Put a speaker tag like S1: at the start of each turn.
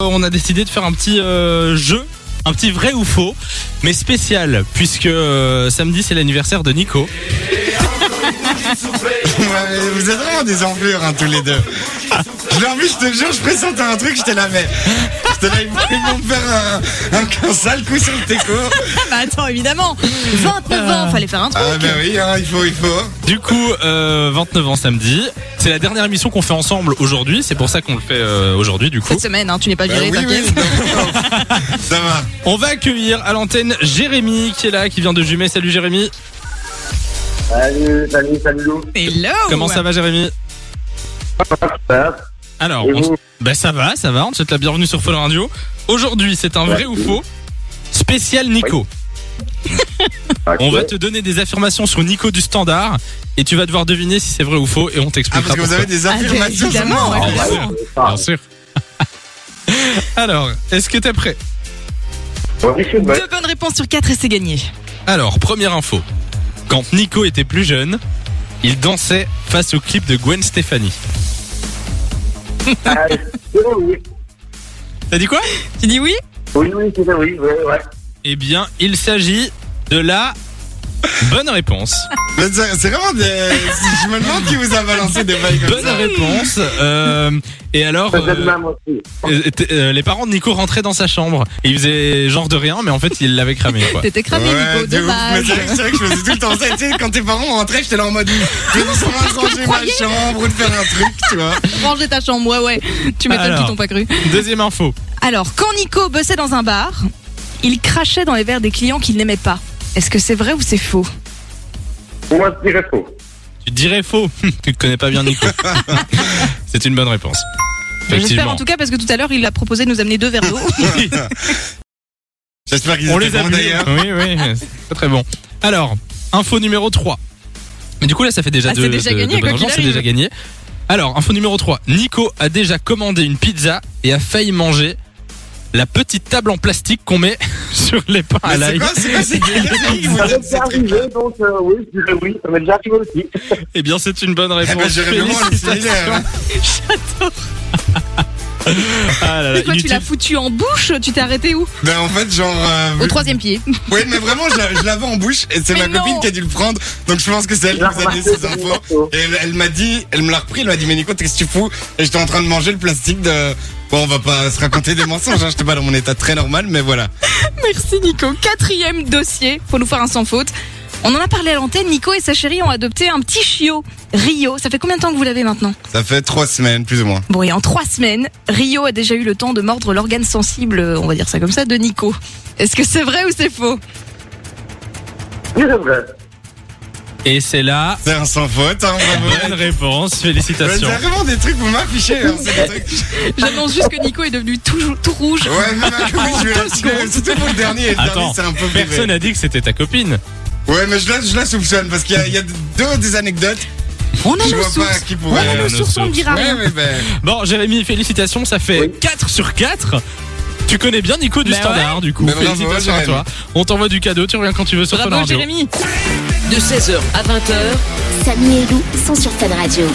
S1: Euh, On a décidé de faire un petit euh, jeu, un petit vrai ou faux, mais spécial, puisque euh, samedi c'est l'anniversaire de Nico.
S2: Ouais, mais vous êtes vraiment des enflures hein, tous les deux. Je l'ai envie, je te jure, je pressentais un truc, je te la mets. Je te la mets, ils vont me faire un, un, un sale coup sur le téco.
S3: Bah attends, évidemment 29 ans, fallait faire un truc
S2: Ah ben oui, hein, il faut, il faut.
S1: Du coup, euh, 29 ans samedi. C'est la dernière émission qu'on fait ensemble aujourd'hui, c'est pour ça qu'on le fait euh, aujourd'hui du coup.
S3: cette semaine, hein, tu n'es pas
S2: Bah
S3: viré,
S2: oui, oui,
S3: t'inquiète.
S2: non. ça va.
S1: On va accueillir à l'antenne Jérémy qui est là, qui vient de Jumet. Salut Jérémy.
S4: Salut, salut, salut Lou.
S3: Hello
S1: Comment ça va Jérémy
S4: Ça
S1: Alors,
S4: Et
S1: on s-
S4: vous
S1: bah, ça va, ça va, on te souhaite la bienvenue sur Fun Radio. Aujourd'hui c'est un vrai ou faux, spécial Nico.
S4: va
S1: On va
S4: Ouais.
S1: te donner des affirmations sur Nico du standard et tu vas devoir deviner si c'est vrai ou faux et on
S2: Ah,
S1: t'expliquera
S2: parce que vous
S1: pourquoi.
S2: avez des
S3: Ah, bah,
S2: affirmations. sur
S3: évidemment,
S2: moi.
S1: ouais.
S3: évidemment.
S4: bah,
S1: bien Bien sûr. Alors, est-ce que t'es prêt
S4: Ouais, je suis prêt.
S3: Deux bonnes réponses sur quatre et c'est gagné.
S1: Alors, première info. Quand Nico était plus jeune, il dansait face au clip de Gwen Stefani.
S4: Ah, c'est vrai, oui.
S1: T'as dit quoi
S3: Tu dis oui
S4: Oui, oui, c'est vrai, oui, ouais, ouais.
S1: Eh bien, il s'agit de la bonne réponse.
S2: Mais C'est c'est vraiment des. Je me demande qui vous a balancé des bails comme
S1: Bonne
S2: ça.
S1: réponse. Euh, et alors,
S4: Peut-être
S1: euh,
S4: même aussi.
S1: euh, t- euh, les parents de Nico rentraient dans sa chambre. Et ils faisaient genre de rien, mais en fait, ils l'avaient cramé. Quoi.
S3: T'étais cramé, Ah, Nico,
S2: de ouf. Mais c'est vrai,
S3: dommage.
S2: que- c'est vrai que je faisais tout le temps ça. Tu sais, quand tes parents rentraient, j'étais là en mode. Je vais sûrement ranger ma chambre ou de faire un truc, tu vois.
S3: Ranger ta chambre, ouais, ouais. Tu m'étonnes
S1: Alors.
S3: qu'ils t'ont pas cru.
S1: Deuxième info.
S3: Alors, quand Nico bossait dans un bar, il crachait dans les verres des clients qu'il n'aimait pas. Est-ce que c'est vrai ou c'est faux
S4: Pour moi, je dirais faux.
S1: Tu dirais faux. tu ne connais pas bien Nico. C'est une bonne réponse.
S3: J'espère en
S1: Effectivement.
S3: tout cas parce que tout à l'heure il a proposé de nous amener deux verres d'eau.
S2: J'espère qu'ils
S1: On
S2: étaient
S1: les a
S2: bons,
S1: bu.
S2: d'ailleurs.
S1: Oui, oui, c'est pas très bon. Alors, info numéro 3. Mais du coup, là, ça fait déjà
S3: Ah, c'est
S1: deux.
S3: déjà
S1: deux-
S3: gagné,
S1: deux bonnes
S3: quoi qu'il
S1: réponses, c'est
S3: arrive.
S1: déjà gagné. Alors, info numéro 3. Nico a déjà commandé une pizza et a failli manger la petite table en plastique qu'on met sur les pains à
S3: Ah,
S2: Mais c'est
S1: l'ail.
S2: quoi, c'est quoi, c'est qui vous
S4: Ça m'est
S2: donne ces
S4: déjà
S2: trucs
S4: arrivé, donc euh, oui, je dirais oui. Ça m'est déjà arrivé aussi.
S1: Eh bien, c'est une bonne
S2: Eh
S1: réponse.
S2: ben, j'aurais vraiment le
S1: Félicitations.
S2: similaire. hein.
S1: Ah là là,
S3: Et quoi, tu
S1: inutile.
S3: l'as foutu en bouche Tu t'es arrêté où
S2: Ben, en fait, genre. euh,
S3: Au troisième pied.
S2: Oui, mais vraiment, je, la- je l'avais en bouche et c'est ma
S3: Mais non.
S2: copine qui a dû le prendre. Donc je pense que c'est elle qui nous a donné ces infos. Et elle, elle m'a dit, elle me l'a repris, elle m'a dit, mais Nico, t'es que tu fous Et j'étais en train de manger le plastique de. Bon, on va pas se raconter des mensonges, hein. j'étais pas dans mon état très normal, mais voilà.
S3: Merci Nico. Quatrième dossier, faut nous faire un sans faute. On en a parlé à l'antenne, Nico et sa chérie ont adopté un petit chiot, Rio. Ça fait combien de temps que vous l'avez maintenant
S2: Ça fait trois semaines, plus ou moins.
S3: Bon, et en trois semaines, Rio a déjà eu le temps de mordre l'organe sensible, euh, on va dire ça comme ça, de Nico. Est-ce que c'est vrai ou c'est faux
S4: Je dirais vrai.
S1: Et c'est là.
S2: C'est un sans faute, hein, bravo.
S1: Bonne réponse,
S2: Ouais, C'est
S1: félicitations.
S2: vraiment des trucs, vous m'affichez, hein, c'est des trucs.
S3: J'annonce juste que Nico est devenu tout, tout rouge.
S2: Ouais, mais ma copine, je vais la tirer, surtout pour le dernier, et le dernier,
S1: Attends,
S2: c'est un peu privé.
S1: personne n'a dit que c'était ta copine.
S2: Ouais, mais je la, je la soupçonne, parce qu'il y a, il y a deux des anecdotes,
S3: On a
S2: je
S3: nos
S2: vois pas
S3: sources.
S2: qui
S3: On
S2: pourrait.
S3: a
S1: Ouais,
S3: nos
S1: nos
S3: sources, on ne
S1: sources.
S3: dira
S2: Ouais,
S3: rien.
S2: mais ben.
S1: Euh, Bon, Jérémy, félicitations, ça fait 4 sur 4. Tu connais bien Nico du
S3: Bah ouais.
S1: standard, du coup.
S2: Mais bravo,
S1: félicitations à
S2: Jérémy.
S1: toi. On t'envoie du cadeau, tu reviens quand tu veux sur Fun
S3: Bravo
S1: Radio.
S3: Jérémy
S5: De 16h à 20h,
S6: Samy et Lou sont sur Fun Radio.